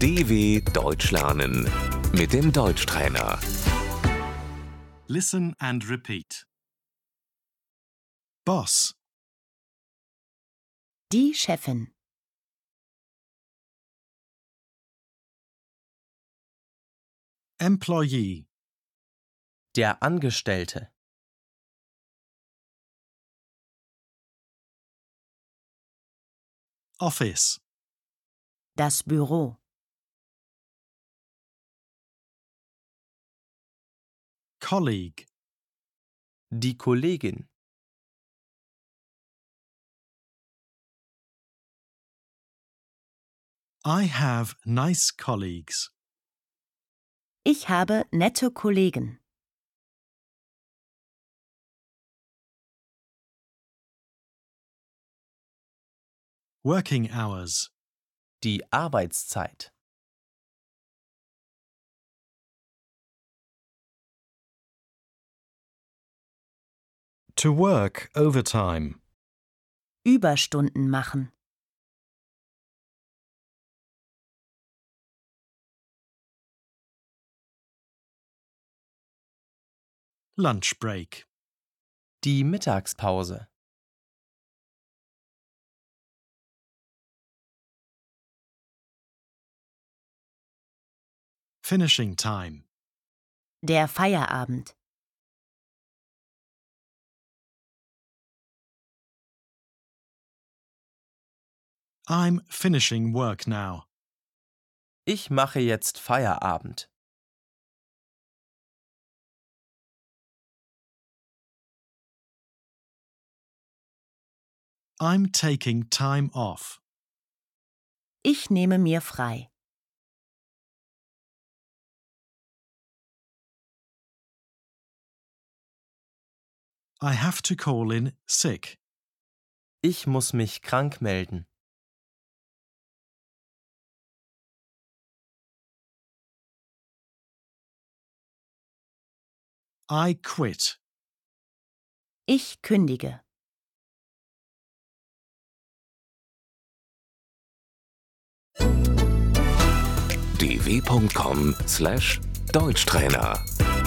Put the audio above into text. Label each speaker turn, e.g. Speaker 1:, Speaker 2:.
Speaker 1: DW Deutsch lernen mit dem Deutschtrainer.
Speaker 2: Listen and repeat. Boss,
Speaker 3: Die Chefin.
Speaker 2: employee,
Speaker 4: Der Angestellte.
Speaker 2: office,
Speaker 3: Das Büro.
Speaker 2: colleague,
Speaker 4: Die Kollegin.
Speaker 2: I have nice colleagues.
Speaker 3: Ich habe nette Kollegen.
Speaker 2: Working hours,
Speaker 4: Die Arbeitszeit.
Speaker 2: to work overtime,
Speaker 3: Überstunden machen.
Speaker 2: lunch break,
Speaker 4: Die Mittagspause.
Speaker 2: finishing time,
Speaker 3: Der Feierabend.
Speaker 2: I'm finishing work now,
Speaker 4: Ich mache jetzt Feierabend.
Speaker 2: I'm taking time off,
Speaker 3: Ich nehme mir frei.
Speaker 2: I have to call in sick,
Speaker 4: Ich muss mich krank melden.
Speaker 2: I quit,
Speaker 3: Ich kündige.
Speaker 1: dw.com/deutschtrainer